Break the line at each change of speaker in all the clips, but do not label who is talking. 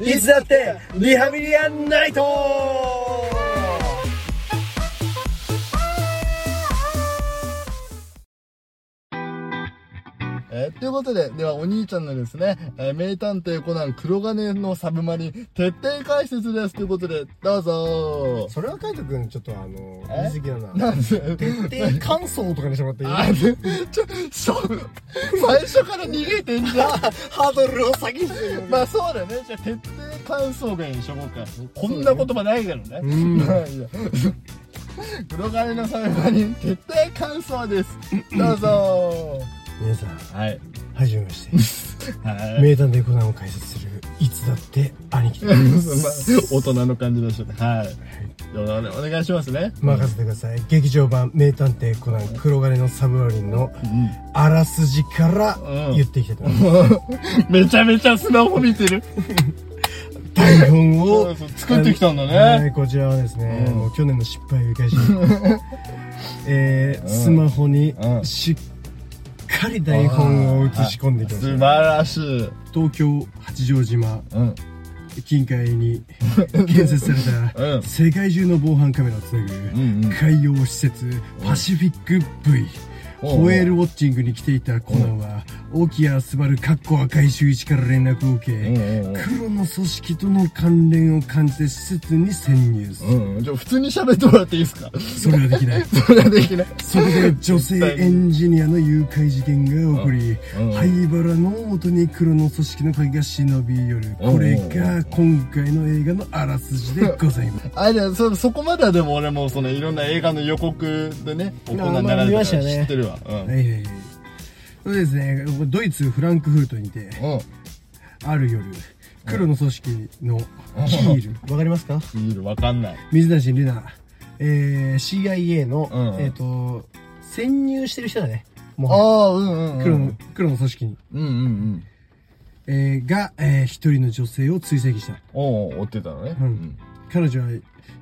いつだってリハビリアンナイト
えーということで、ではお兄ちゃんのですね、えー名探偵コナン黒金のサブマリン徹底解説です。ということで、どうぞ
それは海斗君ちょっとあの
え
言い過ぎだな
なんで
徹底感想とかにしてもらっていい
あでちょ、そう、最初から逃げてんじゃん。
ハードルを先にしてる
まあそうだね。じゃあ、徹底感想外にしとこうか。こんな言葉ないけどね。
ん
まあいいや。黒金のサブマリン徹底感想です。どうぞ
皆さん
はい。
はじめまして
はい。
名探偵コナンを解説するいつだって兄貴で
まあ
す
大人の感じでしたね。はい。おお願いしますね。
任せてください劇場版名探偵コナン黒金のサブマリンの
う
あらすじから
うん
言っていきたいと思います、
ん。めちゃめちゃスマホ見てる。
台本
そう
を
そう作ってきたんだね
はいこちらはですね、
うん
もう去年の失敗を生か しえースマホに
うん
しっかり台本を写し込んできま
素
し
晴
た
らしい。
東京八丈島
うん。
近海 に建設され
う
た
ん
世界中の防犯カメラをつなぐ
んうん
海洋施設パシフィック V
おう
ホエールウォッチングに来ていたコナンは沖谷昴かっこ赤い周一から連絡を受
うん
け
うん
黒の組織との関連を感じて施設に潜入する
うん。うん。じゃあ、普通に喋ってもらっていいですか
それはでき ない
それはできない。
そこで女性エンジニアの誘拐事件が起こり
うん
灰原の元に黒の組織の鍵が忍び寄るこれが今回の映画のあらすじでござい ます
あれだよそ、そこまではでも俺もそのいろんな映画の予告でね、こんなんな
ま
られ
あ見ま
て
した
た
ね
知ってるわ。うん。
はいはいはいそうですねドイツフランクフルトにて
うん。
ある夜黒の組織のキールわかりますか
ビールわかんない。
水梨里奈、えー、CIA の、
うん
えっ、と潜入してる人だね
あ
も
あ、うんうん、うん。
う黒の黒の組織に、
うんうんうん。
えーが、えー一人の女性を追跡した
おうおう追ってたのね。
うん彼女は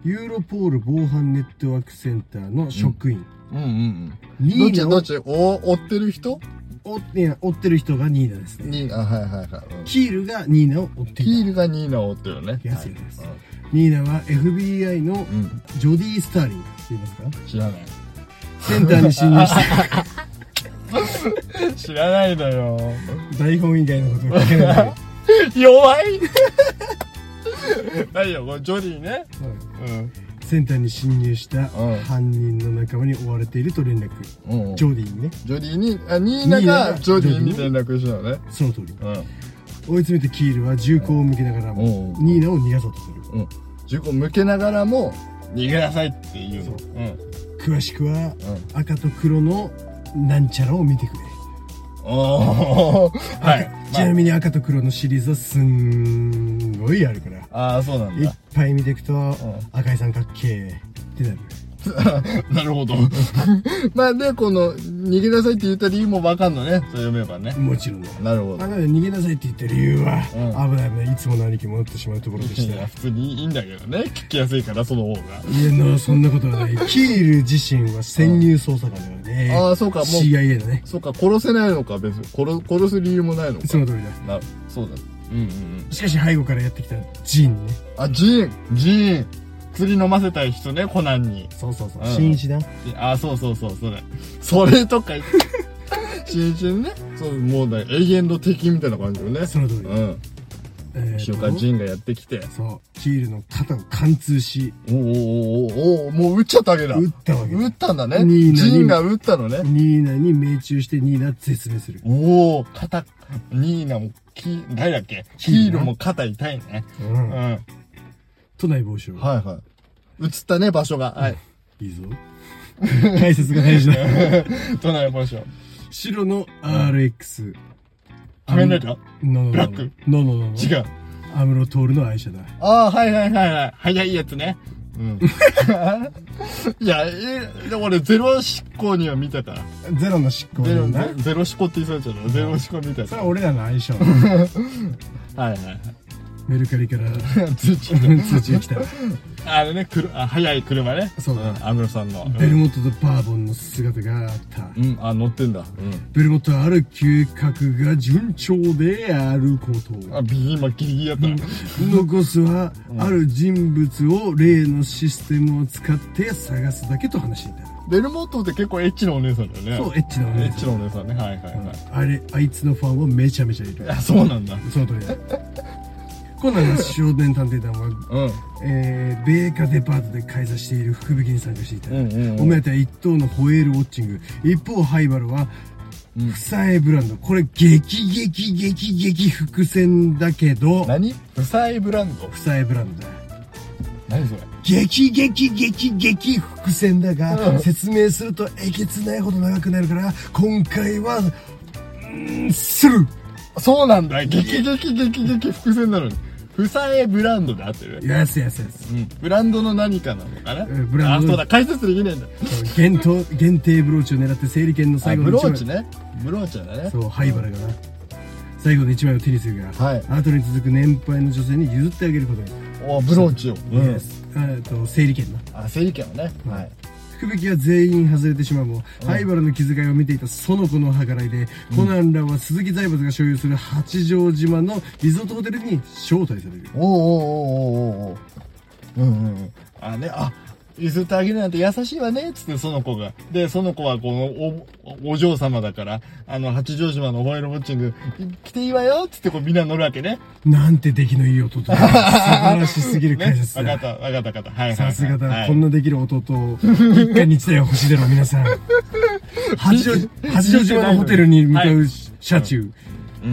ユーロポール防犯ネットワークセンターの職員、
うん。うんうんうん。どっ
ニ
ち
ーナ
どっ
を
ちお追ってる人
追っていや追ってる人がニーナですね
に、あ、はいはいはい。うん
キールがニーナを追って
ヒ
い
ー
た
ルがニーナを追ってるよね。
安いです
はい
ニーナは FBI の
うんうん。
ジョディ・スターリングって言いますか
知らない。
センターに侵入 して
知らないのよ。
台本以外のことを書けない、はい
弱い ないよ、これジョリーね。うん。
センターに侵入した
うん
犯人の仲間に追われていると連絡
うんうん
ジョディにね
ジョリーに、あ、ニーナがジョリーに連絡したのね。
その通り
うん。
追い詰めてキールは銃口を向けながらも
うん
ニーナを逃がそうとする
うん。銃口向けながらも、逃げなさいっていうの。うん。
詳しくは
うん。
赤と黒のなんちゃらを見てくれ
おー。はい。
ちなみに赤と黒のシリーズはすんごいあるから
まあ、ああ、そうなん
いっ
だ。
ぱい見ていくと
ん
赤い三角形ってなる
なるほど。まあ、で、この、逃げなさいって言った理由もわかんのね。そう読めばね。
もちろんだ
なるほ
ま
ど
あ。なので逃げなさいって言った理由は、
う
危ない危ないいつもの兄貴戻ってしまうところでし
い
た
や、普通にいいんだけどね。聞きやすいから、その方が。
いやなそんなことはないキール自身は潜入捜査官だからね
ああそうかもう
CIA だね
そうか、殺せないのか、別に。殺、殺す理由もないのか。
その通りだ
な、そうだ。うんうんうん。
しかし背後からやってきたジンね
あ、ジーンジーン釣り飲ませたい人ね、コナンに。
そうそうそう
うん
新一だ
あ、そうそうそう、それ。それとか 言って。新進ね。そう、もうだ、永遠の敵みたいな感じよね。
その通り
うん。
えーと
塩川ジーンがやってきて。
そうキールの肩を貫通し
おおおおおもう撃っちゃったわけだ。
撃ったわけだ
撃ったんだ
ニ
ね。
ーナに
ジーンが撃ったのね。
ニーナに命中してニーナは絶命する
おお肩、ニーナも、キ、誰だっけ
キ
ヒ
ーナ
ーローも肩痛いね。うん。
うん
はい
都内防止は
はい。映ったね、場所が。はい。
いいぞ解説が 大事だ
どない場所
白の RX
仮面ライダー
ノノノ
ブラック
ノノノノ
違う。
アムロトールの愛車だ
ああ、はいはいはいはい。早いやつね。うん。 いや、え、でも俺、ゼロ思考には見たから。
ゼロの執行
ゼロ、
人
ゼ
だ
ゼ ロ思考って言いそうになっちゃうの。ゼロ思考見た
そ
か
れは俺らの相性
ら。はいはいはい。
メルカリから
通知
通知が来た
あれねくるあ早い車ね
そうだ
ん安室さんの
ベルモットとバーボンの姿があった
うん、うんあ乗ってんだうん
ベルモットはある計画が順調であること
あビーマギリギリやった
残すはある人物を例のシステムを使って探すだけと話していた
ベルモットって結構エッチなお姉さんだよね
そうエッチなお
エ
姉
ッ
さ
チ
ん
なお姉さんねはいはいはい
あれあいつのファンはめちゃめちゃいる
あそうなんだ
その通りだコナンの少年探偵団は、
うん
えー、米花デパートで開催している福引きに参加していた、
うんうんうん
お目当ては一頭のホエールウォッチング一方ハイバルは
うん
負債ブランドこれ激激激激伏線だけど
何不細ブランド
負債ブランドだ
何それ
激激激激伏線だが、
うん
説明するとえげつないほど長くなるから今回はうんスルー
そうなんだ激激激激伏線なのに不細ブランドで合ってる
やすやすやす
うんブランドの何かなのかな
うんブランド
あそうだ解説できないんだ
限定限定ブローチを狙って整理券の
あ
最後
ブ
の一枚
ローチねブローチだね
そう灰原がな最後の一枚を手にするが、
はい
後に続く年配の女性に譲ってあげることに、
おブローチを
えーと整理券な
あ整理券をねはい
福引きは全員外れてしまうも、灰原の気遣いを見ていた園子の計らいで、コナンらは鈴木財閥が所有する八丈島のリゾートホテルに招待される
おーおーおーおーおーおーうんうんうんあねあ譲ってあげるなんて優しいわねっつってその子がでその子はこのおお嬢様だからあの八丈島のホエールウォッチング来ていいわよっつってこうみんな乗るわけね
なんて出来のいい弟だ素晴らしすぎる解
ね
説
わか
だ、
ったわかったわかったはいはいはい
さすがだ、
はい
こんなできる弟を一家に一台は欲しいだろう皆 さん八丈八丈島のホテルに向かう車中、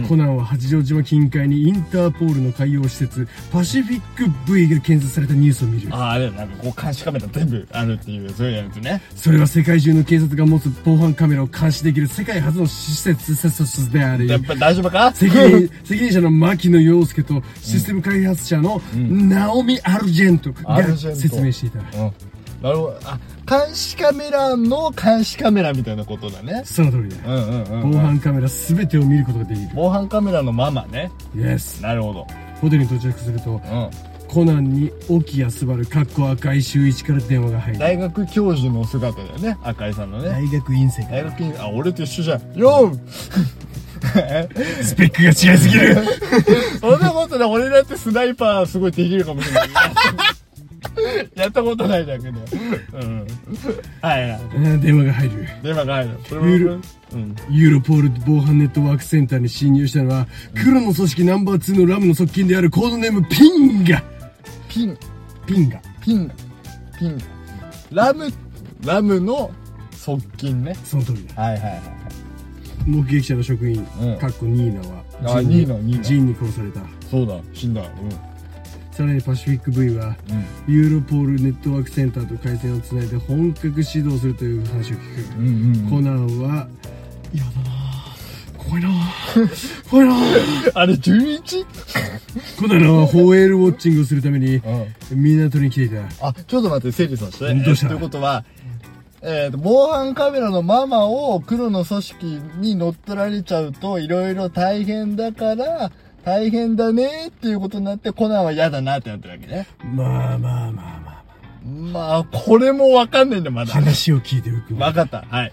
コナンは八丈島近海にインターポールの海洋施設パシフィック V が建設されたニュースを見る
あああれなんかこう監視カメラ全部あるっていうそういうやつね
それは世界中の警察が持つ防犯カメラを監視できる世界初の施設設設であり
やっぱ大丈夫か
責任 責任者の牧野陽介とシステム開発者のナオミ・アルジェント
ア
が
ルジェント
説明していた
うんなるほどあ監視カメラの監視カメラみたいなことだね
その通りだ
うんうんうんうん
防犯カメラ全てを見ることができる
防犯カメラのママね
Yes
なるほど
ホテルに到着すると
うん
コナンに沖谷昴かっこ赤い周一から電話が入る
大学教授の姿だよね赤井さんのね
大学院生
大学院あ俺と一緒じゃんよう
スペックが違いすぎる
そんなことない俺だってスナイパーすごいできるかもしれないやったことない だけでうんはいはい
うん 電話が入る
電話が入るそれ
ゆる
うん
ユーロポール防犯ネットワークセンターに侵入したのは、黒の組織ナンバー2のラムの側近であるコードネームピンガ
ピン
ピンガ
ピンピンラムラムの側近ね
その通りだ。
はいはいはい
目撃者の職員、
うん
かっこニーナは、
あ
ジンに
ニーナニーナ
ジンに殺された。
そうだ死んだ
さらにパシフィック V は、ユーロポールネットワークセンターと回線をつないで本格指導するという話を聞く。
うんうんうん
コナンは、嫌だなぁ怖いな ぁ怖いなぁ
あれ 11?
コナンはホエールウォッチングをするために、港に来ていた。
あ、ちょっと待って、整理させて。
どうした
えーということは、えーと、防犯カメラのママを黒の組織に乗っ取られちゃうと、いろいろ大変だから、大変だねっていうことになって、コナンは嫌だなってなってるわけね。
まあまあまあまあま
まあ、これもわかんないんだよ、ま
あ。
だ。
話を聞いておく。
わかった。はい。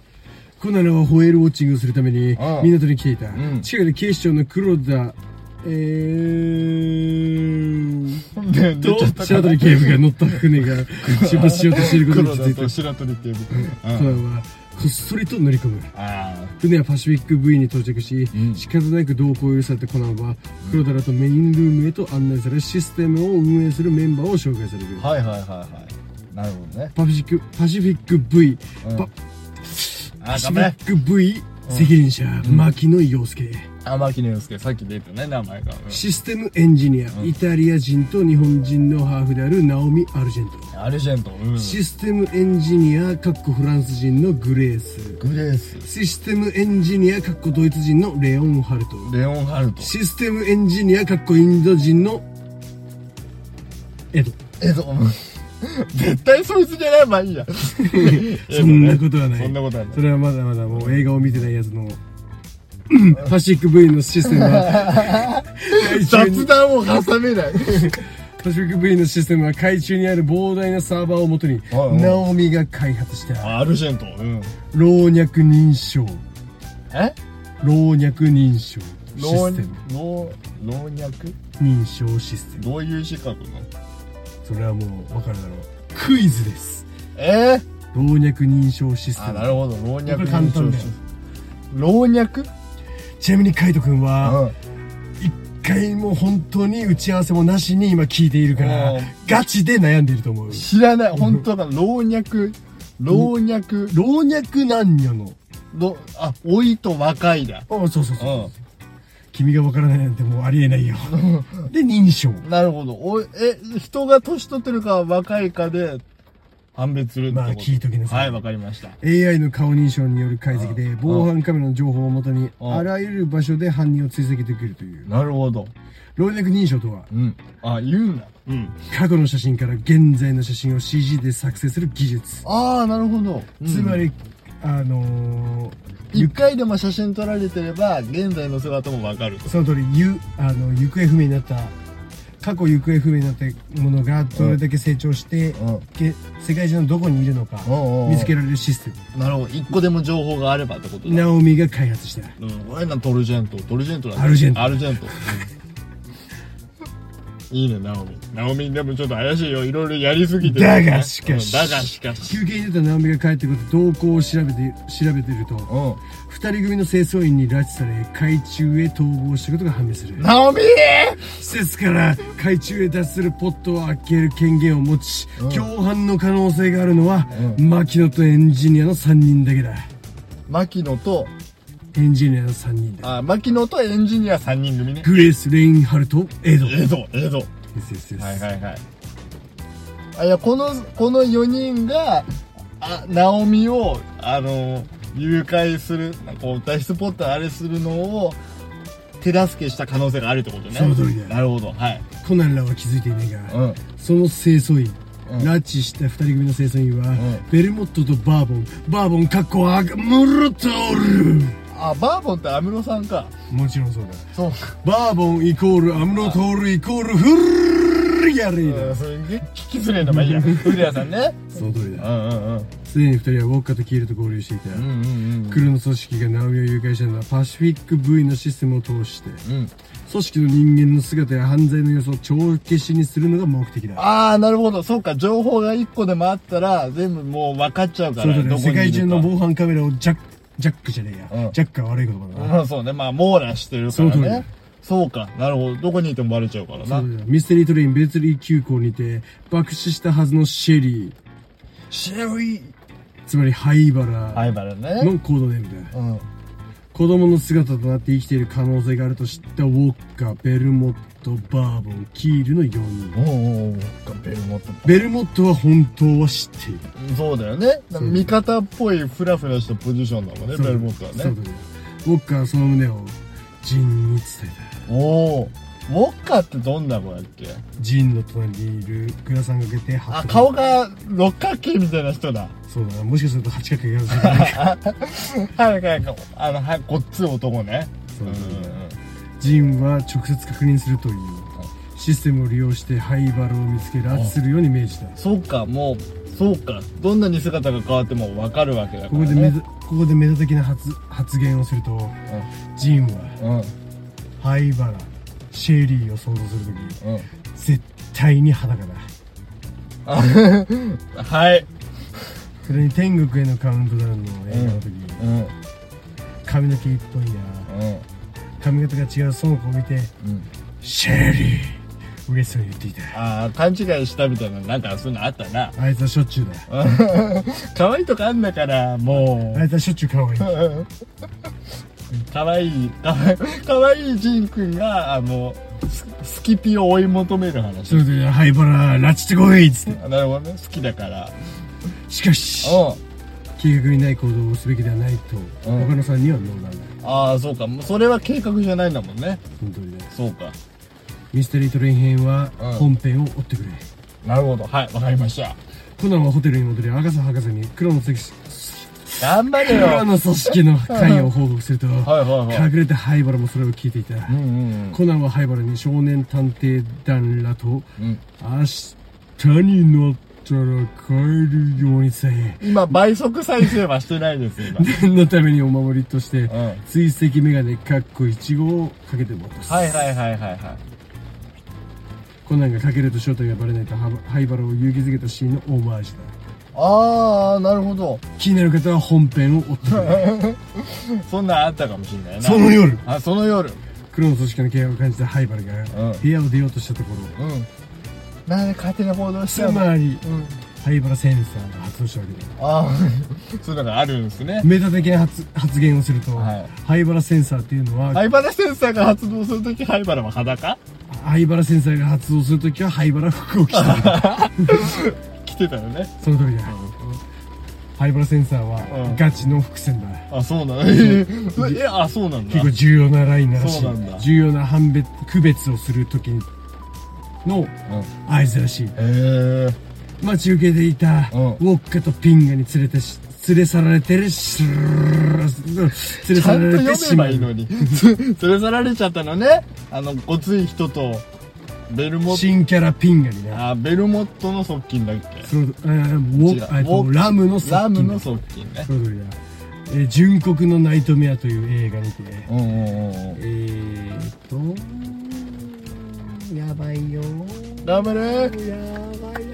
コナラはホエールウォッチングをするために
ああ
港に来ていた、
ん
近くで警視庁の黒田えー
で、
と
ちょっと
白鳥警部が乗った船 が出発しようとしていることに
黒
気
だ
づ
と
い
白鳥って呼ぶ。
た
う
コ
ん。
ナンはこっそりと乗り込む
ああ。
船はパシフィック V に到着し、
ん
仕方なく同行を許されたコナンは黒田らとメインルームへと案内されシステムを運営するメンバーを紹介される、
はいはいはいはい。なるほどね。
パシフィックパシフィック V、
うん
パ
あ
パ、シ
ダ
フィ
メ。
ック V 責任者、牧野陽介、
あ、牧野洋介、さっき出たね、名前が。うん
システムエンジニア、イタリア人と日本人のハーフであるナオミ・アルジェント、
アルジェント。うん。
システムエンジニアかっこフランス人のグレース
グレース。
システムエンジニアかっこドイツ人のレオンハルト
レオンハルト。
システムエンジニアかっこインド人のエド
えっと、絶対そいつじゃないまあいいや。
そんなことはない
そんなことはない。
それはまだまだもう映画を見てないやつの パシフィック V のシステムは海中に
雑談を挟めない。
パシフィック V のシステムは海中にある膨大なサーバーをもとに
はいはい
ナオミが開発した
アルシェント。 うん。
老若認証
え
老若認証シ
老
ステム、
老、老若
認証システム
どういう資格の
それはもう分かるだろうクイズです
えー、
老若認証システ
あ、
ム
なるほど。老若
これ簡単だよ
老若
ちなみにカイト君は
う
一回も本当に打ち合わせもなしに今聞いているから
うん。
ガチで悩んでいると思うん
知らない。本当だ。老若、老若、
老若男女の
ど、あ、老いと若いだ。
あそうそうそう、
う
君がわからないなんてもうありえないよで認証
ん。なるほど。おいえ、人が年取ってるか若いかで判別するってこと
まあ聞いときなさい
はい、わかりました。
AI の顔認証による解析で防犯カメラの情報をもとに
うん
あらゆる場所で犯人を追跡できるという
なるほど。
老若認証とは
うん。あ、言うんだ。うん。
過去の写真から現在の写真を CG で作成する技術
ああ、なるほど。
つま
り、
りあのー
一回でも写真撮られてれば、現在の姿もわかると。
その通りゆあの行方不明になった過去行方不明になったものがどれだけ成長して、
うん
け世界中のどこにいるのか
おうおうおう
見つけられるシステム
なるほど。一個でも情報があればってことだ。
ナオミが開発した
うん、俺なトルジェント。トルジェントなんだ
アルジェント
アルジェント。うんいいね、ナオミ。ナオミ、でもちょっと怪しいよ。いろいろやりすぎてるよ
だ
ね、
がしかし
うんだがしかし。
休憩に出たナオミが帰ってくると動向を調べて調べていると
うん。
二人組の清掃員に拉致され海中へ逃亡したことが判明する
ナオミ
施設から海中へ脱出するポットを開ける権限を持ち、共犯の可能性があるのは、牧野とエンジニアの3人だけだ
牧野と、
エンジニアの3人だ
あ、牧野とエンジニア3人組ね。
グレース・レインハルト・エド
ええぞ、ええぞ。
ですですです
はいはいはい。あ、いや、この、この4人が、あ、ナオミを、あの、誘拐する、なんかこう、脱出ポットあれするのを、手助けした可能性があるってことね。
その通りだよ
なるほど。はい。
コナンらは気づいていないが、
うん。
その清掃員、
うん
拉致した2人組の清掃員は、
ん
ベルモットとバーボンバーボンかっこアグムルトール
あ、バーボンってアムロさんか。
もちろんそうだ
そうか。
バーボンイコールアムロトールイコールフルーヤリーだ、
それ、聞きずれんのがいいや。古谷さんね。
その通りだ
んうんうん。
すでに2人はウォッカとキールと合流していた、
うんうん
黒の組織がナオミを誘拐したのはパシフィック V のシステムを通して
うん。うん。
組織の人間の姿や犯罪の様子を帳消しにするのが目的だ
ああ、なるほど。そうか。情報が1個でもあったら、全部もう分かっちゃうか
それ
ら。
ぞれ
どこ
世
にい
界
る
中
か
の防犯カメラをジャックジャックじゃねえや、
うん
ジャックは悪い言葉だな、
まあ そうね。まあ、網羅してるから
その通り
ね。そうか。なるほど。どこにいてもバレちゃうからな。
ミステリートレインベーツリー急行にて爆死したはずのシェリー
シェリー。
つまり灰
ア
原
イバルね。
のコードネームだ、
うん。
子供の姿となって生きている可能性があると知ったウォッカベルモットバーボンキールの4人
おうおうおう。ベルモット。
ベルモットは本当は知っている。
そうだよね。味方っぽいフラフラしたポジションだもんね、ベルモット
そ
は
う
ね
だ。ね。僕はその胸をジンに伝え
おお。ウォッカってどんな子だっけ
た。ジンの隣にいるグラサンがけてハッ
あ、
ト
顔。が六角形みたいな人だ。
そうだな。もしかすると八角形がある。
はいはいはい。あの、はい、こっつい男ね。
そうだね
んんん
ジンは直接確認するという。システムを利用して灰原を見つけ拉致するように命じた。
そうか、もう、そうか。どんなに姿が変わってもわかるわけだか
こ
ら
こでめ
ね。
ざ、ここでメタ的な発発言をすると、ジンは
うん。
灰原、シェリーを想像すると
うん。うん。
き、絶対に裸だ。
はい。
それに天国へのカウントダウンの映画の時、
うん。うん。
髪の毛一本や髪型が違うその子を見て
うん。
「シェリー」嬉しそうに言っていた
ああ、勘違いしたみたいな、なんかそういうのあったな。
あいつはしょっちゅうだ
可愛いとかあんだから、も。
あいつはしょっちゅう顔がいいう
うん可愛い、可愛い、可愛いジンくんが、あもう、ススキピを追い求める話
そ。れで「はいバラ拉致ってこい」っつって
あなるほどね。好きだから。
しかし
うん。
計画にない行動をすべきではないと他
うん
の3人はノーだ
ああ、そうか。もうそれは計画じゃないんだもんね。
その通りだ
そうか。
ミステリートレイン編は
うん
本編を追ってくれ
なるほど。はい、わかりました。
コナンはホテルに戻りアガサ博士に黒の積
頑張れ
プ
よ。
ロの組織の関与を報告すると、
はいはいはい。
隠れた灰原もそれを聞いていた。
うんうん
コナンは灰原に少年探偵団らと、
うんうん。
明日になったら帰るようにさえ、
今、倍速再生はしてないです、今。
念のためにお守りとして、
うん。
追跡メガネかっこ1号をかけてもらった。
はいはいはいはいはい。
コナンがかけると正体がバレないとハ灰原を勇気づけたシーンのオマージュだ。
あー、なるほど。
気になる方は本編を追ってください。
そんなんあったかもしれないな。
その夜、
あ、その夜。
黒の組織の気配を感じた灰原が、
うん
部屋を出ようとしたところ、
うん。なんで勝手な報道し
つ
たの
まり、
うん。
灰原センサーが発動したわけだ。
あー、 そういうのがあるんですね。
メタ的な発発言をすると、
はい
灰原センサーっていうのは、
灰原センサーが発動するとき、灰原は裸
灰原センサーが発動するときは灰原服を着ている。
着てたよね。
その通りだ。灰原センサーは、
うん
ガチの伏線だ。
あ、そうなんだ。えー、 えあ、そうなんだ。
結構重要なラインならし
そうなんだ
い。重要な判別、区別をするときの
うん。
合図らしい。
えー。
待ち受けていた、
うん
ウォッカとピンガに連れてし、連れ去られてるし、連れ
ちゃ
去
ん
られ
と
て
読
し
め
ま
ば
う
いい。のに。 つ連れ去られちゃったのね。あの、ごつい人と、ベルモット、
新キャラピンガにな。
あ、ベルモットの側近だっけ
その、あーウォ
違う
あえっと
ウォ
ラムの
ラ
側
ム
近
の
だ。
側近ね。
その通りだ。えー、純国のナイトメアという映画にて、
うんうんうんうん
え。ーっと、やばいよ
ダメね。
やばいな、これ
やばいね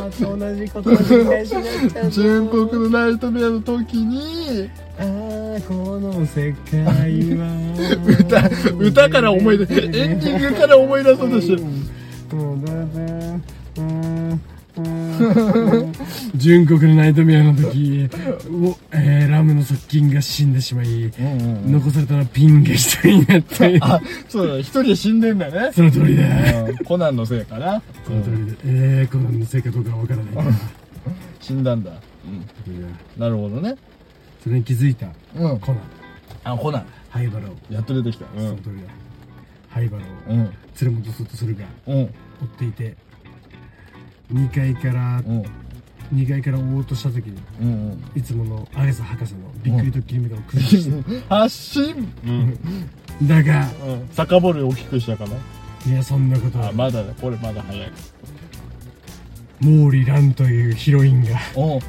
また同じことを繰り返しになっちゃうぞ
純国のナイトメアの時に、
あーこの世界は
歌から思い出、エンディングから思い出そうとしてる。
純国のナイトメアの時お、えーラムの側近が死んでしまい
うんうんうん
残されたのはピンが一人になって
あ、そうだ、一人で死んでんだね。
その通りだ
うんコナンのせいかな。
その通りだえー、このせいかどうかは分からないが
死んだんだ。うん。なるほどね。
それに気づいた
うん。
コナン
あ、コナン。
灰原を
やっと出てきた。う
その
ん。
通りだ灰原を
うん。
連れ戻そうとするが
うん。
追っていて2階から
うん。
2階から追おうとした時に
うんうん。
いつものアゲサ博士のびっくりドッキリメガを崩して、
発信うん。
だが
うん。坂ボール大きくしたかな。
いやそんなことは
あ、まだだ。これまだ早い。
モーリランというヒロインが
うん。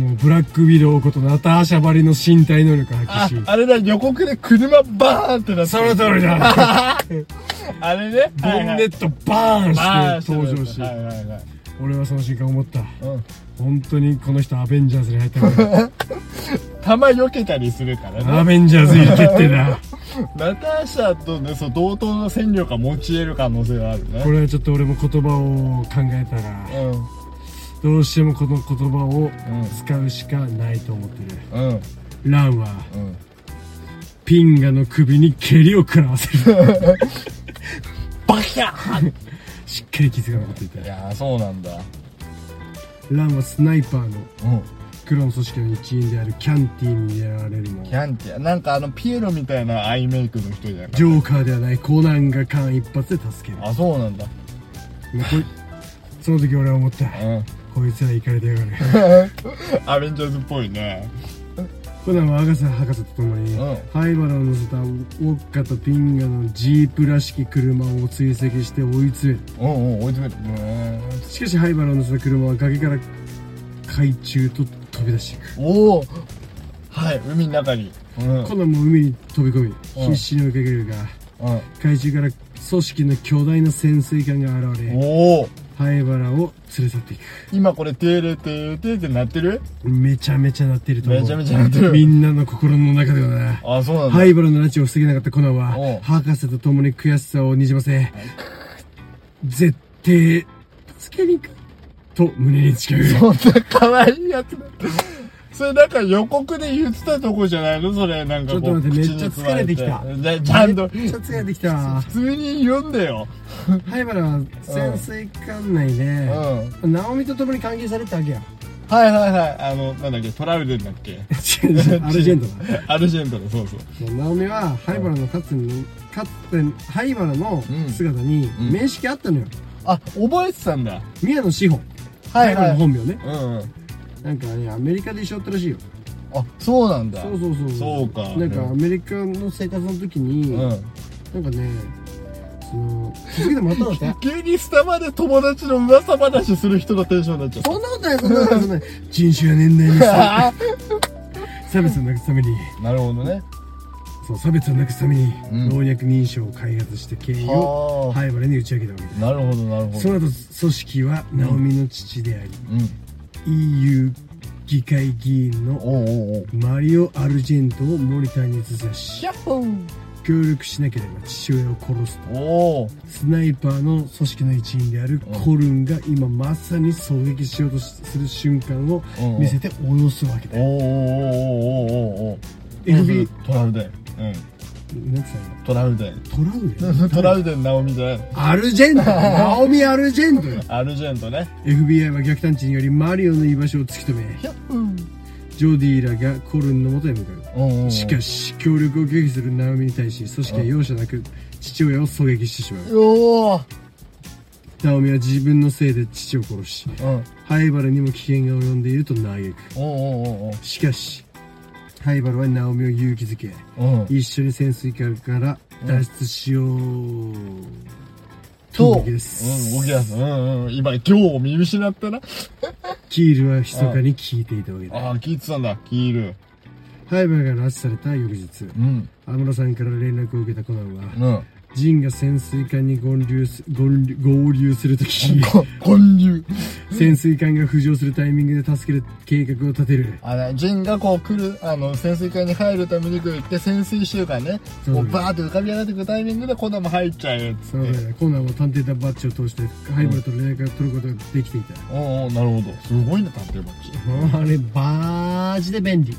もうブラックウィドウことナターシャばりの身体能力を
あ
発揮し、
あれだ、予告で車バーンってなって
その
る
通りだ
あれね。
ボンネットバーンして登場し
はいはいはい。
俺はその瞬間思った
うん。
本当にこの人アベンジャーズに入ったのか
弾避けたりするからね。
アベンジャーズに決定だ
ナターシャとね、そう、同等の戦力が持ち得る可能性がある
こ
ね。
れはちょっと俺も言葉を考えたら
う
どうしてもこの言葉を
ん
使うしかないと思ってる
ん。うん。
ランは
うん。
ピンガの首に蹴りを食らわせ る
バキャーン
しっかり傷が残っていた
いやー、そうなんだ。
ランはスナイパーの
うん。
黒の組織の一員であるキャンティに狙われるも
キャンティア、なんかあの、ピエロみたいなアイメイクの人じゃん。
ジョーカーではないコナンが間一髪で助ける
あ、そうなんだ。
まあこいその時俺は思った
うん。
こいつら行かれてやがる
アベンジャーズっぽいね。
コナンはアガサ博士と共に、
うん
灰原を乗せたウォッカとピンガのジープらしき車を追跡して追い詰める
うんうん、追い詰める。う
しかし灰原を乗せた車は崖から海中と飛び出していく
ーん。おおはい、海の中に。うん。うん。
コナンも海に飛び込み必死に追いかけるが海中から組織の巨大な潜水艦が現れ
おお
灰原を連れ去ってい
今これ、テーレテーテーってなってる
くめちゃめちゃなってると思う
めちゃめちゃなってる
みんなの心の中ではな
あ、そうなんだ。
灰原の拉致を防げなかったコナン
おう
は博士と共に悔しさをにじませ絶対助けに行くと胸に誓う
そんな可愛いやつだそれなんか予告で言ってたとこじゃないのそれなんかこう
ちょっと待って
口に加え
めっちゃ疲
ねちゃんと
めっちゃ疲れてきたわ
普通に読んでよ
灰原は潜水艦内
うん
で
はい
直美と共に歓迎されてたわ けや
はいはいあのなんだっけトラウデンだっけ
違う違うアルジェントだ
アルジェントだそうそう
ナオミは灰原のかつにかつて灰原の姿に
うん
面識あったのよ、
あ覚えてたんだ
宮野志保
は
灰
いは
原
い
の本名ね
うんうん
なんかねアメリカで一緒だったらしいよ
あそうなんだ
そうそうそう
そうか
なんかアメリカの生活の時に、
うん
なんかねその気づけてもらったの か
急にスタバで友達の噂話する人のテンションになっちゃった
そんなことないそんなことないそんなことない人種や年代にさ差別をなくすために
なるほどね
そう差別をなくすために、
うん
老若認証を開発して経緯を
はあ
灰原に打ち上げたわけです
なるほどなるほ
そ
ど
の後組織はナオミの父であり、
うん
EU 議会議員の
おうおうおう
マリオ・アルジェントをモニターに移さし
ャッホー
協力しなければ父親を殺すと
おお
スナイパーの組織の一員であるコルンが今まさに狙撃しようとする瞬間を
うん
見せて脅すわけ
お
だ
お
よ
おおおお
FB
トラウデンうん
なんつった
トラウデン
のトラウデン
トラウデンナオミじゃない
アルジェントナオミ・アルジェントよ
アルジェントね
FBI は逆探知によりマリオの居場所を突き止めジョディらがコルンの元へ向かう
うんうんうん
しかし協力を拒否するナオミに対し組織は容赦なく父親を狙撃してしまう
おお
ナオミは自分のせいで父を殺し
うん
灰原にも危険が及んでいると嘆く
おおお
しかし灰原はナオミを勇気づけ
おうん
一緒に潜水艦から脱出しよう、
と
動きです
うん動きですうんうん今行を見失ったな
キールは密かに聞いていたわけだ
ああ聞いてたんだキール
灰原が拉致された翌日
うん
安室さんから連絡を受けたコナンは、
うん
ジンが潜水艦に合流す合流合流するとき
混入
潜水艦が浮上するタイミングで助ける計画を立てる
あの、ジンがこう来る、あの、潜水艦に入るためにこう行って、潜水習慣ね、
そう
こうバーって浮かび上がってくるタイミングでこんなもん入っちゃうやつ
そ
っ
の
て。
コナンは探偵団バッジを通して灰原と連絡を取ることができていた、
おうおうなるほど。すごいね、探偵バッジ。
あれバージで便利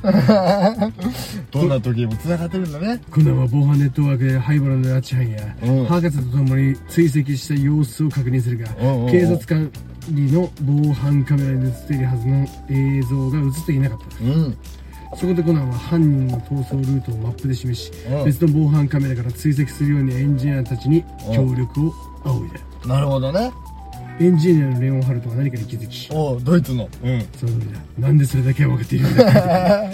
どんな時でも繋がってるんだね。
コナンは防犯ネットワークで灰原の拉致犯や、
うん
博士と共に追跡した様子を確認するが、
うんうんうん
警察官の防犯カメラに映っているはずの映像が映っていなかった
うん。
そこでコナンは犯人の逃走ルートをマップで示し、
うん
別の防犯カメラから追跡するようにエンジニアたちに協力を仰いだ、
なるほどね。
エンジニアのレオンハルトは何かに気づき
おうドイツの。うん。
その通りだなんでそれだけは分かっているんだ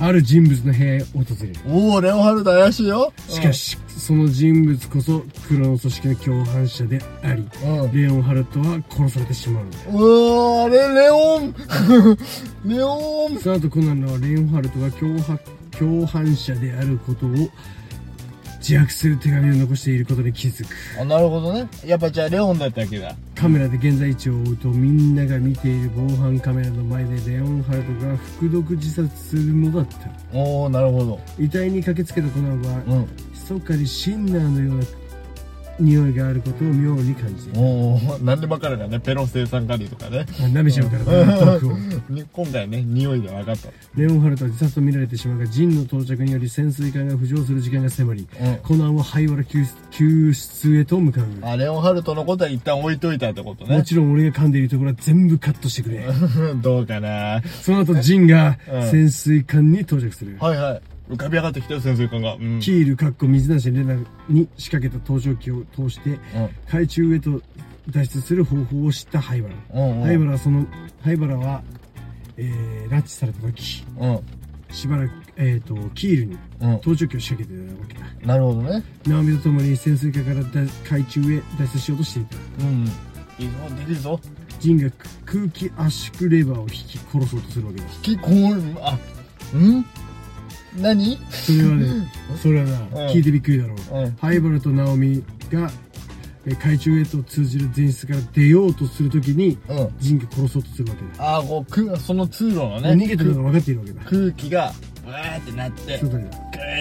ある人物の部屋へ訪れる
おおレオハルト怪しいよ。
しかし、その人物こそ黒の組織の共犯者であり、
うん
レオンハルトは殺されてしまうんだ
うん。うおーあれ、レオン レオン
その後コナンらはレオンハルトが共犯共犯者であることを自白する手紙を残していることに気づく
あ、なるほどね。やっぱじゃあレオンだったわけだ。
カメラで現在地を追うとみんなが見ている防犯カメラの前でレオンハルトが服毒自殺するのだった
おおなるほど。
遺体に駆けつけたコナンは、
うん。
密かにシンナーのような匂いがあることを妙に感じている
おおなんでばっかりだね。ペロ生産カリーとかね。
舐めちゃうからなトークを
ね 今回ね匂いが分かった
レオンハルトは自殺と見られてしまうがジンの到着により潜水艦が浮上する時間が迫り、
うん
コナンは灰原救出救出へと向かう、
あレオンハルトのことは一旦置いといたってこと
も
ね
ちろん俺が噛んでいるところは全部カットしてくれ
どうかな
その後ジンが
うん
潜水艦に到着する、
はいはい浮かび上がってきたよ先生官がうん
キールかっこ水無しレナに仕掛けた搭乗機を通して海中へと脱出する方法を知った灰原
うんうん
灰原はその灰原は、えー、拉致された時
うん
しばらく、えー、とキールに
うん
搭乗機を仕掛けてたわけだ
なるほどね
ナオミと共に潜水艦からだ海中へ脱出しようとしていた
うんいいぞできるぞ
ジンが空気圧縮レバーを引き殺そうとするわけだ
きこうあうん何
それはねそれはな、
うん
聞いてびっくりだろう、
うん
ハイバルとナオミがえー海中へと通じる前室から出ようとするときに、
うん
ジンが殺そうとするわけだ、
あーこうくその通路のね
逃げてるのが分かっているわけだ
く空気がわーってなって
そ
グ
うだ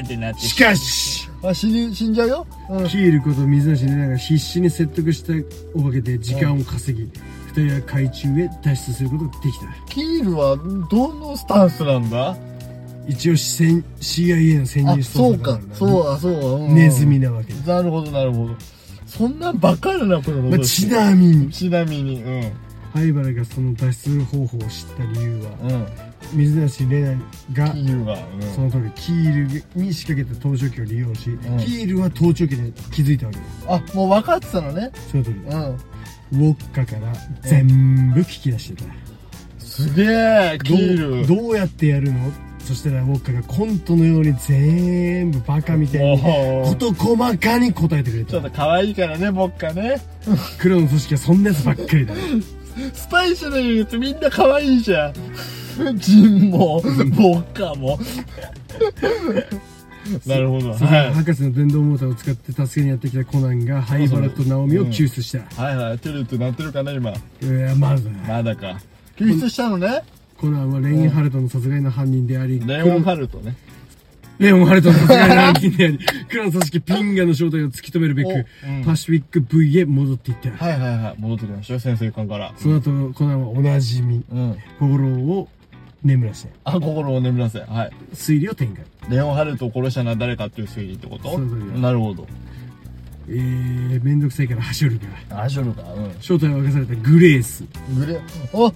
ーってなって
しかし
あ死に死んじゃうようん
キールこと水無しながら必死に説得したおかげで時間を稼ぎ、二人は海中へ脱出することができた
キールはどのスタンスなんだ
一応戦 CIA の潜入
あそ
捜
う
査官
か
なんだ
そうあそうかうん
ネズミなわけだ、
なるほど、なるほど。そんなんばっかりな、この
まあ、
こと
ちなみに
ちなみに、うん。
灰原がその脱出する方法を知った理由は
うん。
水無しレナが
キールが、うん。
その通りキールに仕掛けた盗聴器を利用し、
ん
キールは盗聴器で気づいたわけだ
あ、もう分かってたのね。
その通り
うん。
ウォッカから全部聞き出してた、
すげえキール
どうどうやってやるのそしたらウォッカがコントのように全部バカみたいに
おー
事細かに答えてくれ
ちょ
た
っと可愛いからね僕かね
黒の組織はそんなやつばっかりだ
スパイシーなやつみんな可愛いじゃんジンも僕 かもなるほど
そこで
はい
博士の電動モーターを使って助けにやってきたコナンが灰原とナオミを救出した、
はいはいトゥルってなってるかな今
いやまず
まだか救出したのね
コナンはレインハルトの殺害の犯人であり、
レオンハルトね
レオンハルトの殺害の犯人であり、 黒の組織ピンガの正体を突き止めるべく、
おうん
パシフィック V へ戻っていった。
はいはいはい戻ってきましたよ潜水艦から
その後、コナンはおなじみ、
うん
心を眠らせ、
あ心を眠らせはい
推理を展開。
レオンハルトを殺したのは誰かっていう推理ってこと
そうだよ
なるほど
えー、めんどくさいから走るが、
アジョルかう
正体を明かされたグレース、
んグレあ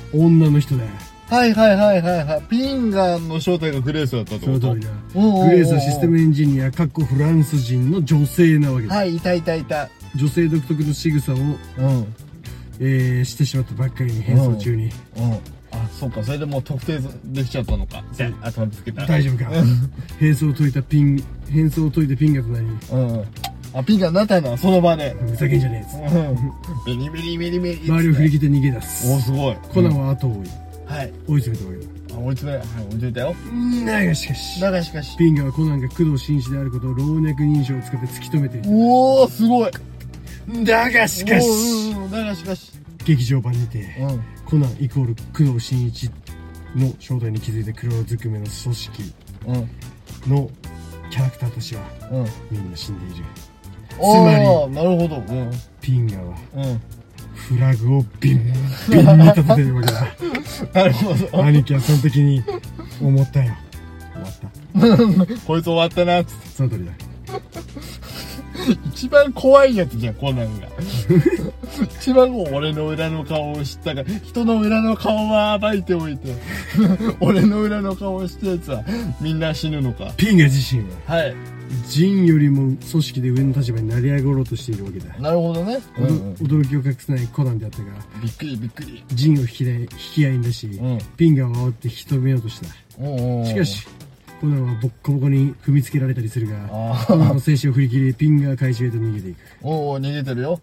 うん
女の人だ。
はいはいはいはいはいピンガンの正体がグレースだったって
そ
こ
の
と
通りだ。
おうおうおう
グレースはシステムエンジニア、かっこフランス人の女性なわけだ。
はいいたいたいた
女性独特の仕草を、
うんうん
えー、してしまったばっかりに変装中に。
あそっかそれでもう特定できちゃったのかじゃあ頭つけた
大丈夫 か変装を解いたピン、変装を解いたピンガとなり、
うんうんあピンガンになったのはその場で
ふざけんじゃねえっつって
うんビリビリビリビリっつって
周りを振り切って逃げ出す
おすごい
コナンは後を追い
はい
追い詰めたわけ
あ追い詰めはい追い詰めたよ
だだがしかし
だがしかし
ピンガはコナンが工藤紳士であることを老若認証を使って突き止めている
おおすごい
だがしかし
おーうんうんだがしかし
劇場版にて
うん
コナンイコール工藤新一の正体に気づいた黒ずくめの組織
うん
のキャラクターたちは
うん
みんな死んでいる
おおなるほどうん
ピンガは
うん
フラグをビンビンに立ててるわけ だ
なるほど
兄貴はその時に思ったよ終わった
こいつ終わったなっつって
その通りだ
一番怖いやつじゃんコナン が一番俺の裏の顔を知ったが人の裏の顔は暴いておいて 俺の裏の顔を知ったやつはみんな死ぬのか
ピンガ自身は
はい
人よりも組織で上の立場に成り上がろうとしているわけだ、
なるほどね、
驚きを隠せないコナンであったが
びっくりびっくり
人を引き合い引き合いに出し、
うん
ピンガを煽って引き止めようとした
お
しかしコナンはボッコボコに踏みつけられたりするが
あ
コナンの精子を振り切りピンガは怪獣へと逃げていく
おおお逃げてるよ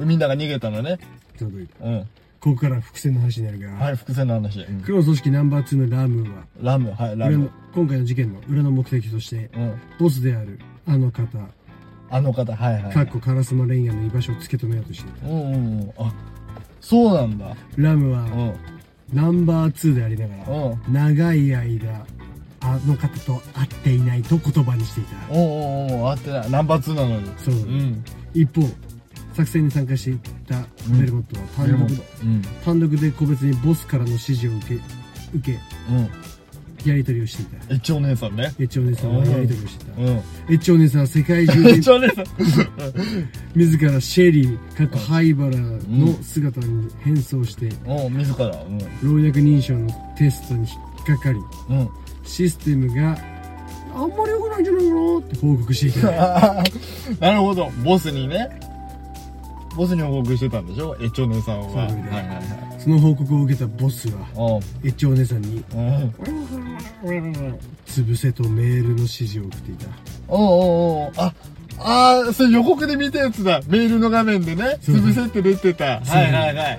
みんなが逃げたのね
その通りだ
うん
ここから伏線の話になるが、
はい伏線の話、うん
黒組織ナンバー2のラムは
ラムはいラ
裏の
ム
今回の事件の裏の目的として
うん
ボスであるあの方
あの方はいはい
かっこ烏丸レイヤーの居場所を突き止めようとしていた
うんうんうんあそうなんだ
ラムは、
うん
ナンバー2でありながら、
うん
長い間あの方と会っていないと言葉にしていた
おうおうおう合ってないナンバー2なのに
そう、
うん
一方作戦に参加していたベルモットは単独,、
うん
単独で個別にボスからの指示を受け受
うん
けやり取りをしていた
エッチお姉さんね
エッチお姉さんはやり取りをしていた、
うんエ
エッチお姉さんは世界中で
ッチお姉さん
自らシェリーかっこ灰原の姿に変装して
うん自らうん
老若認証のテストに引っかかり
うん
システムがあんまり良くないんじゃないかなって報告していた
あーなるほどボスにねボスに報告してたんでしょエッチお姉さんは
そうみたい
はいはい
その報告を受けたボスは
お
エッチお姉さんに
うんうん
「潰せ」とメールの指示を送っていた
おうおうおうああーそれ予告で見たやつだメールの画面でね
そう
潰せって出てた
そう
はいはいはい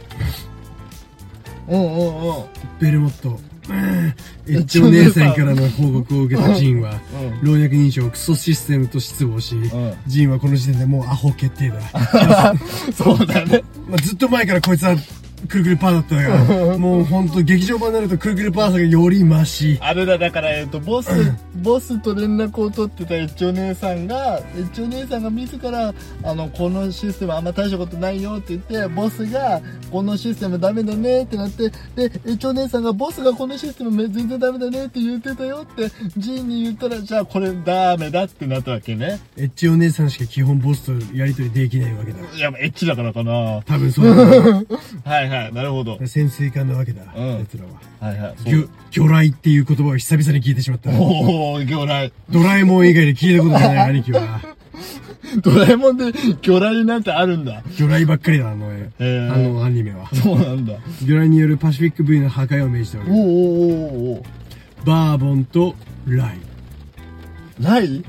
うんうんうん
ベルモットうんエッチお姉さんからの報告を受けたジンは
う
老若認証をクソシステムと失望し
ん
ジンはこの時点でもうアホ決定 だ、
そうだね
まあ、ずっと前からこいつはくるくるパーだったがもうほんと劇場版になるとくるくるパーさがよりマシ
あれだ、だから、えっと、ボス、 ボスと連絡を取ってたエッチお姉さんが、エッチお姉さんが自ら、あの、このシステムあんま大したことないよって言って、ボスが、このシステムダメだねってなって、で、エッチお姉さんが、ボスがこのシステムめ全然ダメだねって言ってたよって、ジーに言ったら、じゃあこれダメだってなったわけね。
エッチお姉さんしか基本ボスとやりとりできないわけだ
いや、エッチだからかなは
多分そうだない
はい、なるほど。
潜水艦なわけだ、
うん
奴らは
はいはい。
魚魚雷っていう言葉を久々に聞いてしまった
おおー、魚雷。
ドラえもん以外で聞いたことがない兄貴は
ドラえもんで魚雷なんてあるんだ。
魚雷ばっかりだ、あの、え
えー
あのアニメは。
そうなんだ。
魚雷によるパシフィック V の破壊を命じたわ
お
け
ー
だ
おーおーおー
バーボンとライ。
ライ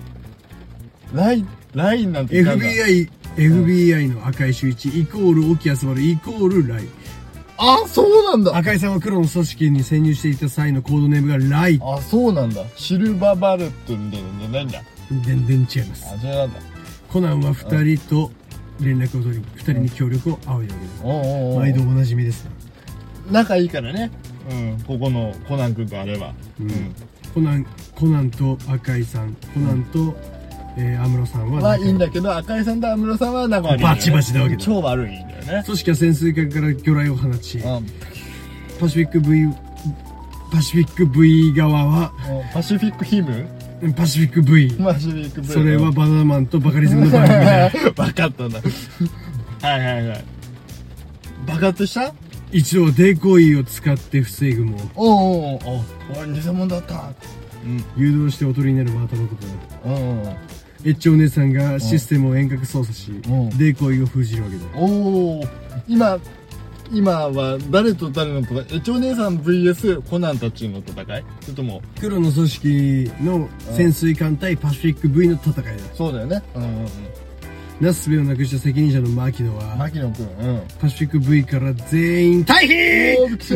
ライ、ラインなんて言ったんだ。
FBI、FBI の赤井秀一、イコール沖安丸、イコールライ。
あ、そうなんだ。
赤井さんは黒の組織に潜入していた際のコードネームがライ。
あ、そうなんだ。シルバーバレットみたいなのじゃないんだ。
全然違います。
あ、じゃなんだ。
コナンは二人と連絡を取り、二人に協力を仰いでおります。
おーおーおー
毎度おなじみですね。
仲いいからね。うん、ここのコナン君とあれば。うん。
コナン、コナンと赤井さん、コナンと、えー安室さんは
まあ
仲
い
良い
いんだけど、赤井さんと安室さんは仲悪いんだよね。
バチバチなわけだ
超悪いんだよね。
組織は潜水艦から魚雷を放ち、
うん。
パシフィック V、パシフィック V 側は、
パシフィックヒム
パシフィック V。
パシフィックブルー
それはバナナマンとバカリズムの番組 で、
分かったんだ。 はいはいはい。爆発した
一度はデコイを使って防ぐも、
おうおうおうおおい偽物だった。うん。
誘導しておとりになる真頭のことだ。
うんうん。
エッチお姉さんがシステムを遠隔操作し、
ん
デコイを封じるわけだ。
おお今今は誰と誰の戦いえちお姉さん VS コナンたちの戦いそれとも
黒の組織の潜水艦対パシフィック V の戦いだ。
そうだよねうんうんうん
なすすべをなくした責任者の牧野は、
牧野君うん
パシフィック V から全員退避
おーくそ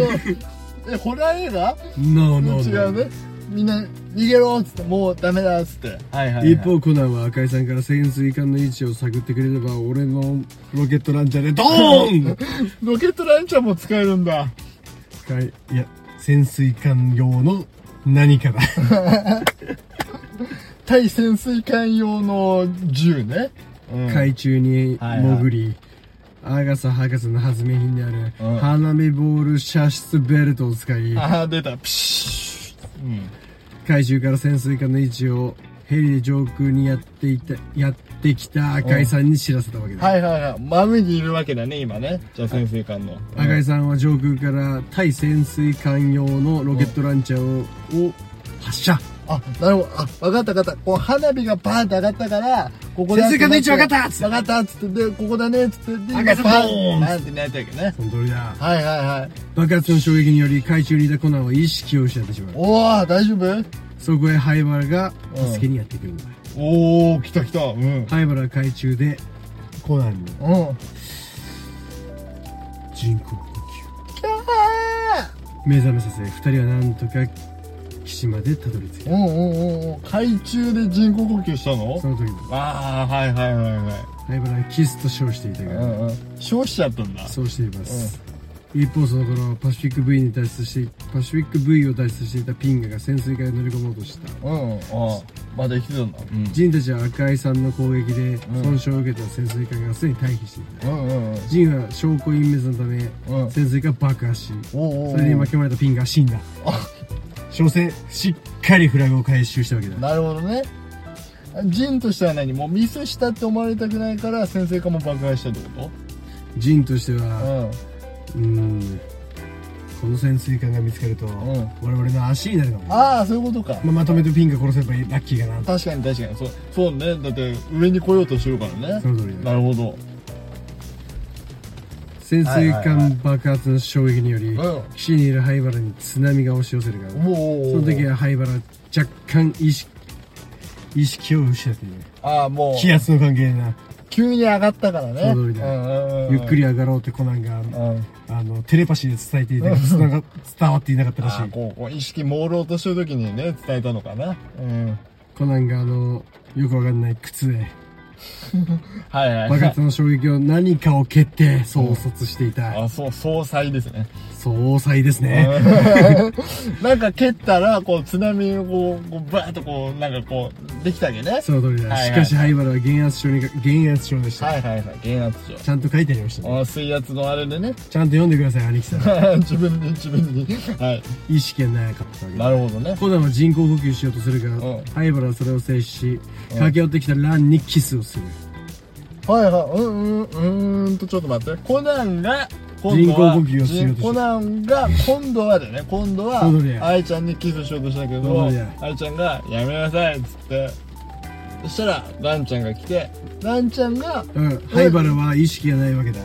えホラー映画
!No,
の
no,
違
no.
うねみんな逃げろっつってもうダメだっつってはいはい、はい、
一方コナンは赤井さんから潜水艦の位置を探ってくれれば俺のロケットランチャーでドーン
ロケットランチャーも使えるんだ
使いいや潜水艦用の何かだ
対潜水艦用の銃ね、うん、
海中に
はいはい
潜り、アガサ博士の発明品である、
うん
花見ボール射出ベルトを使い
ああ出たピシッ、うん、
海中から潜水艦の位置をヘリで上空にやっていたやってきた赤井さんに知らせたわけだ、
はいはいはい真上にいるわけだね今ねじゃあ潜水艦の、うん
赤井さんは上空から対潜水艦用のロケットランチャーをを発射
あ、なるほど。あ、わかったわかった。こう花火がバーンって上がったから、ここだ
潜水艦の位置わかったっつって
わかったっつって、で、ここだねっつって、で、
上がった
バ
ボー
ー
ン
ンなんてなったわけね。
その通りだ
はいはいはい。
爆発の衝撃により海中にいたコナンは意識を失ってしまう
おー、大丈夫
そこへ灰原が
うん
助けにやってくるんだ、
おー、来た来た。うん。うん。
灰原は海中でコナンに人工呼
きゃ
吸目覚めさせ二人はなんとか岸までたどり着い
ー
た
うんうんうんうん。海中で人工呼吸したの
その時に
あー、はいはいはいはい。
灰原はキスと称していたが、
うんうん。消費しちゃったんだ。
そうしています、一方その頃パシフィック V に脱出してパシフィック V を脱出していたピンガが潜水艦へ乗り込もうとした
うん。あーまだ生きてたんだ。うん。
ジンたちは赤井さんの攻撃で
ん
損傷を受けた潜水艦がすでに退避していた
うんうんうん。
ジンは証拠隠滅のため、
うん
潜水が爆破し、
おーおーおー
それに巻き込まれたピンが死んだ。所詮、しっかりフラグを回収したわけだ。
なるほどね。ジンとしては何もうミスしたって思われたくないから先生かも爆破したってこ
ジンとして
と
は、
うん。
うーん、この潜水艦が見つかると、我々の足になるかも。ま
ああ、そういうことか。
あ、まとめてピンが殺せばラッキーかなと。
確かに確かに。そう、そうね。だって上に来ようとしてるから
そ
ね。
の通りだ
な
よ。
るほど。
潜水
はいはいはい
艦爆発の衝撃により
うん、
岸にいる灰原に津波が押し寄せるが、そ
もう、
の時は灰原は若干意識、意識を失っている。
ああ、も
気
う、
圧の関係でな。
急に上がったからね。
そう通りだよ
うんうんう
ゆ
ん
っくり上がろうってコナンが、
うん。
あの、テレパシーで伝えていたけど、伝が伝わっていなかったらし
ああ、
い。
こう、こう意識朦朧としてる時にね、伝えたのかな。うん。
コナンがあの、よくわかんない靴で、
はいはいは
爆
い。
発の衝撃を何かを蹴って、創卒していた、
あ、そう、総裁ですね。
総裁ですね。
なんか蹴ったら、こう、津波をこう、こうバーッとこう、なんかこう、できたわけね。
その通りだ。
はい
し
はい
かし、灰原は減圧症にか、減圧症でし
は
た。
いはいはい、減圧症。
ちゃんと書いてありましたね。
あ水圧のあれでね。
ちゃんと読んでください、兄貴さん。
自分に、自分に。はい。
意識がなかったわけだ
なるほどね。
コナンは人工呼吸しようとするが
うん、
灰原はそれを制止し、駆け寄ってきたランにキスをする。
はいはい。うんうん、うーんと、ちょっと待って。コナンが、
人工呼吸をしようとし
コナンが、今度はだよね。今度は
そうだね、
愛ちゃんにキスしようとしたけ
そう
ど
だね、
愛ちゃんが、やめなさい、っつって。そしたらランちゃんが来てランちゃんが
うん、灰原は意識がないわけだ。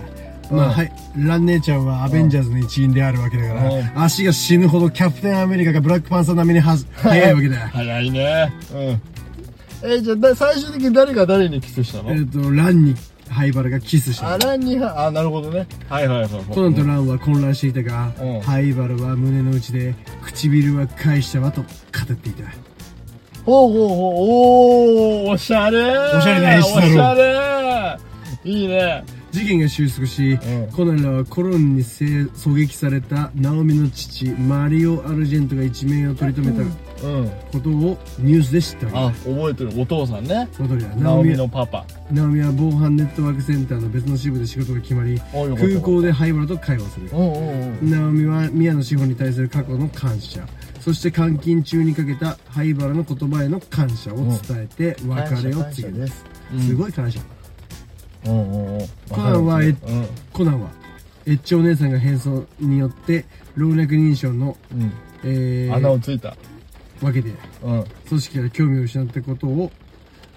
まあ、
うん
はい、ラン姉ちゃんはアベンジャーズの一員であるわけだか
うん
ら、足が死ぬほどキャプテンアメリカがブラックパンサー並みには 速いわけだ。
早いねうんえじゃあだ最終的に誰が誰にキスしたの、
えっ、と、ランに灰原がキスした
あ。ランにはあなるほどねはいはいはいはい
コナンとランは混乱していたが
うん、
灰原は胸の内で、唇は返したわと語っていた。
ほうほうほうおーおしゃれー
おしゃれな演出だろ
おしゃれーいいね
事件が収束し、
うん
コナンらはコロンにせ狙撃されたナオミの父、マリオ・アルジェントが一命を取り留めた
うん
ことをニュースで知ったわけだ
あ。覚えてるお父さんね
その時だ
ナ
ナ
オ
オ
ミ
ミ
のパパ
ナオミは防犯ネットワークセンターの別の支部で仕事が決まり
およかった
空港で灰原と会話する
うんうんうん
ナオミは宮野志保に対する過去の感謝そして監禁中にかけた灰原の言葉への感謝を伝えて別れを告げる、
す、
すごい感謝
うんうんうん
コナンはえ
うん
コナンはエッチお姉さんが変装によって老若認証の、
うん
えー、
穴をついた
わけで
うん
組織から興味を失ったことを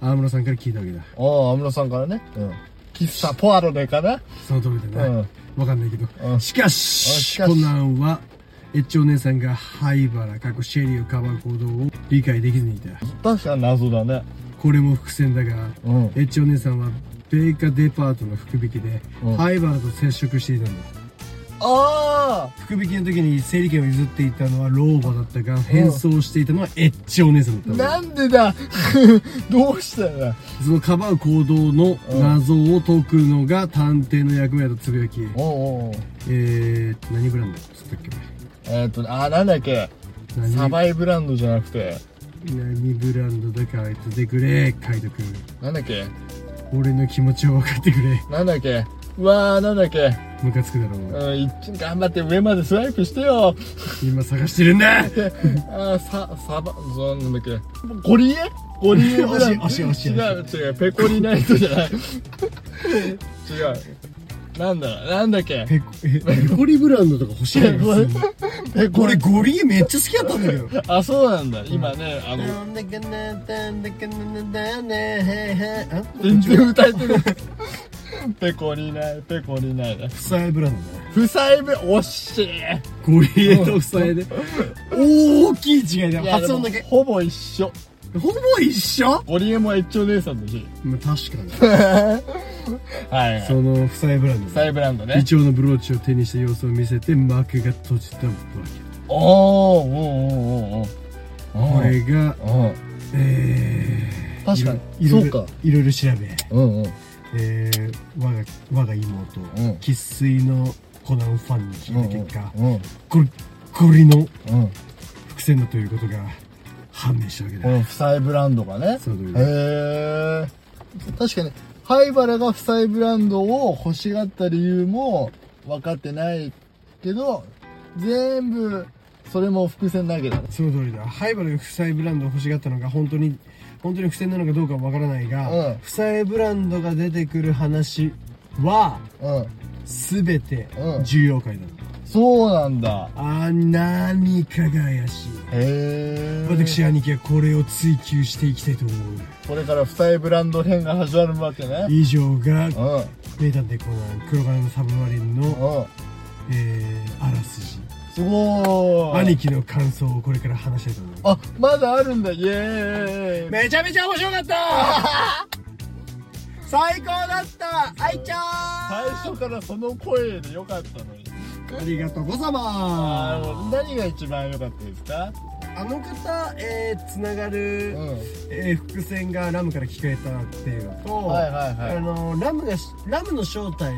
青村さんから聞いたわけだ
ああ安室さんからねうん喫茶ポアロでかな
その通りだな、
うん
わかんないけど、
うん
しかし
しかし
コナンはエッチお姉さんが灰原過去シェリーをかばう行動を理解できずにいた
確かに謎だね
これも伏線だが
うん
エッチお姉さんは米花デパートの福引きで
うん
灰原と接触していたんだ
あ
福引きの時に整理券を譲っていたのは老婆だったが変装していたのはエッチお姉さんだ
あ
ったの
なんでだ どうしたんだ
そのかばう行動の謎を解くのが探偵の役目だとつぶやき
おうおうおう
えー何ブランドっつったっけ
えーっとあーなんだっけ
何
サバイブランドじゃなくて
何ブランドだか言っててくれカイト君
なんだっけ
俺の気持ちを分かってくれ
なんだっけうわーなんだっけ
ムカつくだろう
うんいっち頑張って上までスワイプして よ
今探してるんだ
あーさサバそうなんだっけゴリエゴリエブラン ド
惜しい惜しい惜しい
違う違うペコリナイトじゃない違うなんだなんだっけ
ペコえペコリブランドとか欲しいのよ普通に
え
これゴリエめっちゃ好きだったんだけど
あそうなんだ今ねあの
んだかなんだんだかなんだねへへ
全然歌えてないペコリナイペコリナイだ
夫妻ブランドだね
不細部惜しい
ゴリエと夫妻で大きい違いだ
い
よ
やで
発
も
音だけ
ほぼ一緒
ほぼ一緒
ゴリエもエッチお姉さんだし
まあ確かに
はい、はい、
その夫妻ブランド
サイブランドね
イチョウのブローチを手にした様子を見せて幕が閉じたわけ
おーおーおーおーお
こ
ー
れが
おー
えー、
確かに
いろ
そう
い
か
ろいろいろ調べ
うんうん
えー、我が我が妹
ん
生粋、のコナンファンに聞いた結果、
うんうん
ゴリゴリの
うん
伏線だということが判明したわけだ、
この不細ブランドがね
そういうことです
へえ確かに灰原が不細ブランドを欲しがった理由も分かってないけど全部それも伏線なわけだね
その通りだハイバルが夫妻ブランドを欲しがったのが本当に本当に伏線なのかどうかはわからないが、
うん
夫妻ブランドが出てくる話は
うん
全て
うん
重要回なの、
そうなんだ
あ何かが怪しい
へえ
私兄貴はこれを追求していきたいと思う
これから不細ブランド編が始まるわけね
以上が
うんうん
名探偵コナン黒金のサブマリンの、えー、あらすじ
すごーい
兄貴の感想をこれから話したいと思いま
あまだあるんだイエーイ
すめちゃめちゃ面白かった 最高だった愛ちゃ
最初からその声でよかったのに
んありがとうござい
あ
ま
の何が一番良かったですか
すあの方、えー、つなが
う
る、
ん
えー伏線がラムから聞かれたっていうのと、
はいはいはい
あのラムがしラムの正体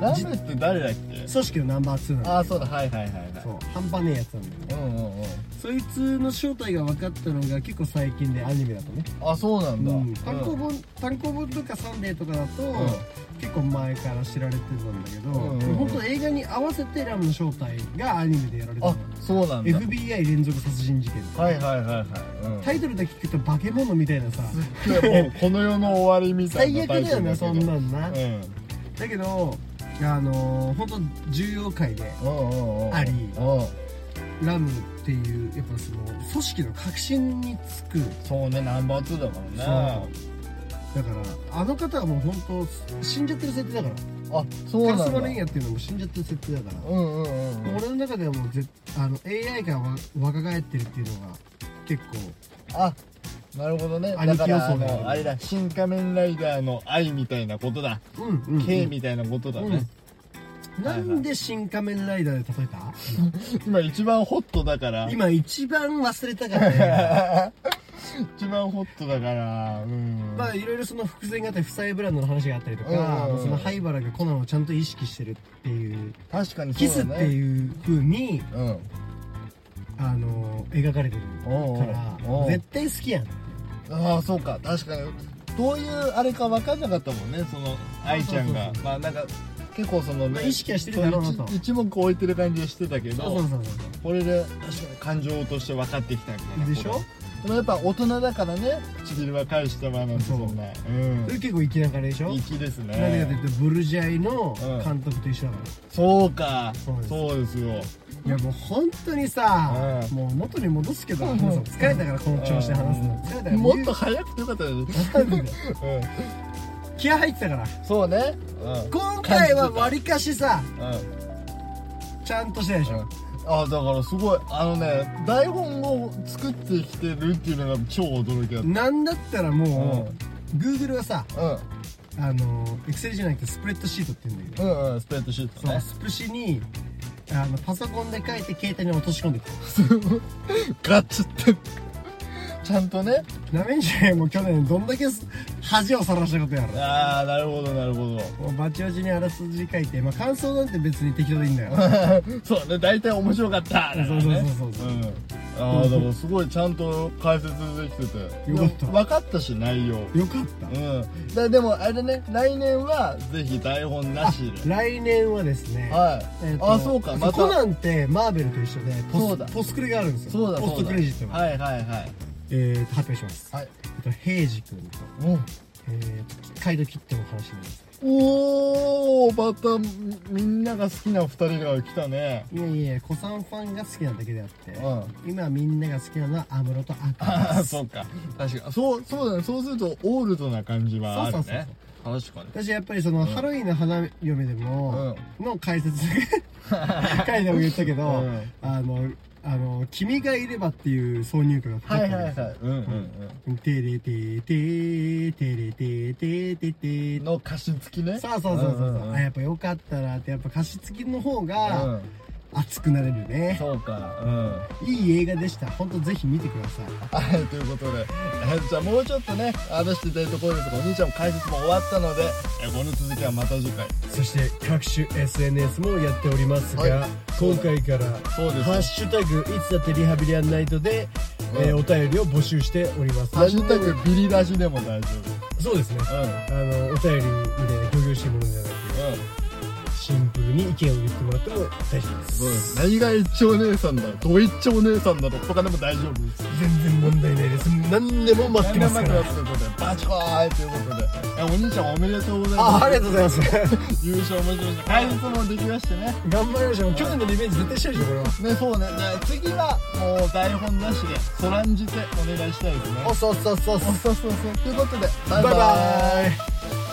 ラムって誰だっけ
組織のナンバー2なんだ
あそうだはいはいはいはい
そう半端ねえやつなんだよね
うんうんうん
そいつの正体が分かったのが結構最近でアニメだとね、
あそうなんだ、う
うんん単行本単行本とかサンデーとかだと、結構前から知られてたんだけど、
うんうんうん
本当映画に合わせてラムの正体がアニメでやられて
あ
た
そうなんだ
FBI 連続殺人事件とか
はいはいはいはい、うん
タイトルだけ聞くと化け物みたいなさ
今日はもうこの世の終わりみたい
最
な
悪だよなそん
う
なんんな、だけどあのー、本当重要回で
うんうんうん
あり
うん
ラムっていうやっぱその組織の核心につく
そうねナンバー2だもんな
だからあの方はもう本当死んじゃってる設定だから
あそう
カ
なん
ル
だ
スマレンヤっていうのも死んじゃってる設定だから、
うんうんうんうん
俺の中ではもうぜあの AI がわ若返ってるっていうのが結構
あなるほどね
兄貴
だから
予
あ
想だよね
のあれだ「新仮面ライダー」の愛みたいなことだ
うんうん、うん、
K みたいなことだね、
うんなんで新仮面ライダーで例えた
今一番ホットだから
今一番忘れたから ね
一番ホットだからうん、
まあいろいろその伏線があったり不細ブランドの話があったりとか、
うん
その灰原がコナンをちゃんと意識してるっていう
確かに
キ
そ
スっ
うだ
て
ね
いう風に
うん
あの描かれてる
おうおう
から
おう
絶対好きやん
ああそうか確かにどういうあれか分かんなかったもんねその愛ちゃんが
そうそうそう
まあなんか結構その、
まあ
ね、
意識はしてるだろうなと
そう一一目置いてる感じはしてたけど
そうそうそうそ
これで確かに感情として分かってきたみたいな
うでしょ
でもやっぱ大人だからね唇は返したまなんて
そ
そ
うん
なう
それ
ん
結構粋ながらでしょ
粋ですね
何でかというとブルジャイの監督と一緒だから、
そうか
そうです
そうですよ
いやもう本当にさ、
うん
もう元に戻すけど、
うん
皆さん疲れたからこの調子で話すの、
うん
疲れたから
もっと早くてよかったのに
言う
う
気合入ってたから
んそうねうん
今回はわりかしさ
うん
ちゃんとしたでしょ、
あだからすごいあのね台本を作ってきてるっていうのが超驚きだっ
なんだったらもう、Google はさ
たうん
あの Excel じゃなくてスプレッドシートって言うんだけど、
うんうんスプレッドシート
そ
ね
うスプシにあのパソコンで書いて携帯に落とし込んでく
ガッツってちゃんとね
るなめんじゃねえもう去年どんだけす恥をさらしたことやろ
ああなるほどなるほど
もうバチバチにあらすじ書いて、まあ、感想なんて別に適当でいいんだよ
そうね大体面白かっただからね
そうそうそうそうそうん
ああだからすごいちゃんと解説できてて
よかった
分かったし内容
よかった
うんだでもあれね来年はぜひ台本なしで
来年はですね、
はい、
えーと
あそうかまた
コナンってマーベルと一緒でポス
そうだ
ポスクレがあるんですよ
そうだそうだ
ポストクレジットが、
はいはいはい
えーと発表します、
はい
えっと平次君と、
うん
えー、カイドキットの話になります
おおまたみんなが好きな2人が来たね
いやいや子さんファンが好きなだけであって、
う
今みんなが好きなのは安室とア
あ
カで
あ
す
そうか確かそうそうだねそうするとオールドな感じはあるね確か
私やっぱりその、ハロウィンの花嫁でも、の解説回でも言ったけど、
うん
あのあの「君がいれば」っていう挿入歌がかかっ
に
てるんですよ
うんうん
テレテテテレテテテ
う
テ
んの歌詞付きね
そうそうそうそう,、
んんん
あやっぱよかったなってやっぱ歌詞付きの方が
うん
熱くなれるね、
そうかうん
いい映画でした本当ぜひ見てください
はい、ということで、えーじゃあもうちょっとね、話していただいたところですが、お兄ちゃんも解説も終わったので、えーこの続きはまた次回。
そして各種 SNS もやっておりますが、
はい
今回から
そうです
ハッシュタグいつだってリハビリアンナイトで、えー
うん
お便りを募集しております
ハッシュタグビリ出しでも大丈
そうですね
夫。うん。
あのお便りみたいな共有してもらうんじゃなく
うん。
てシンプルに意見を言ってもらっても大丈夫です
そうです何が一丁姉さんだドイッチお姉さんだとかでも大丈夫です
全然問題ないです何でも待ってますか
何
ら
でも待ってますということでバチコーイということでえお兄ちゃんおめでとうござい
ああ
ま
りがとうございます
す優勝おめでとうございます解説もできましてね
頑張りましょう去年のリベンジ絶対したいでしょこれは
ねそうねじゃあ次はもう台本なしでそらんじてお願いしたいですね
おっそうそうそうそう
そうそうそうということで
バイバイ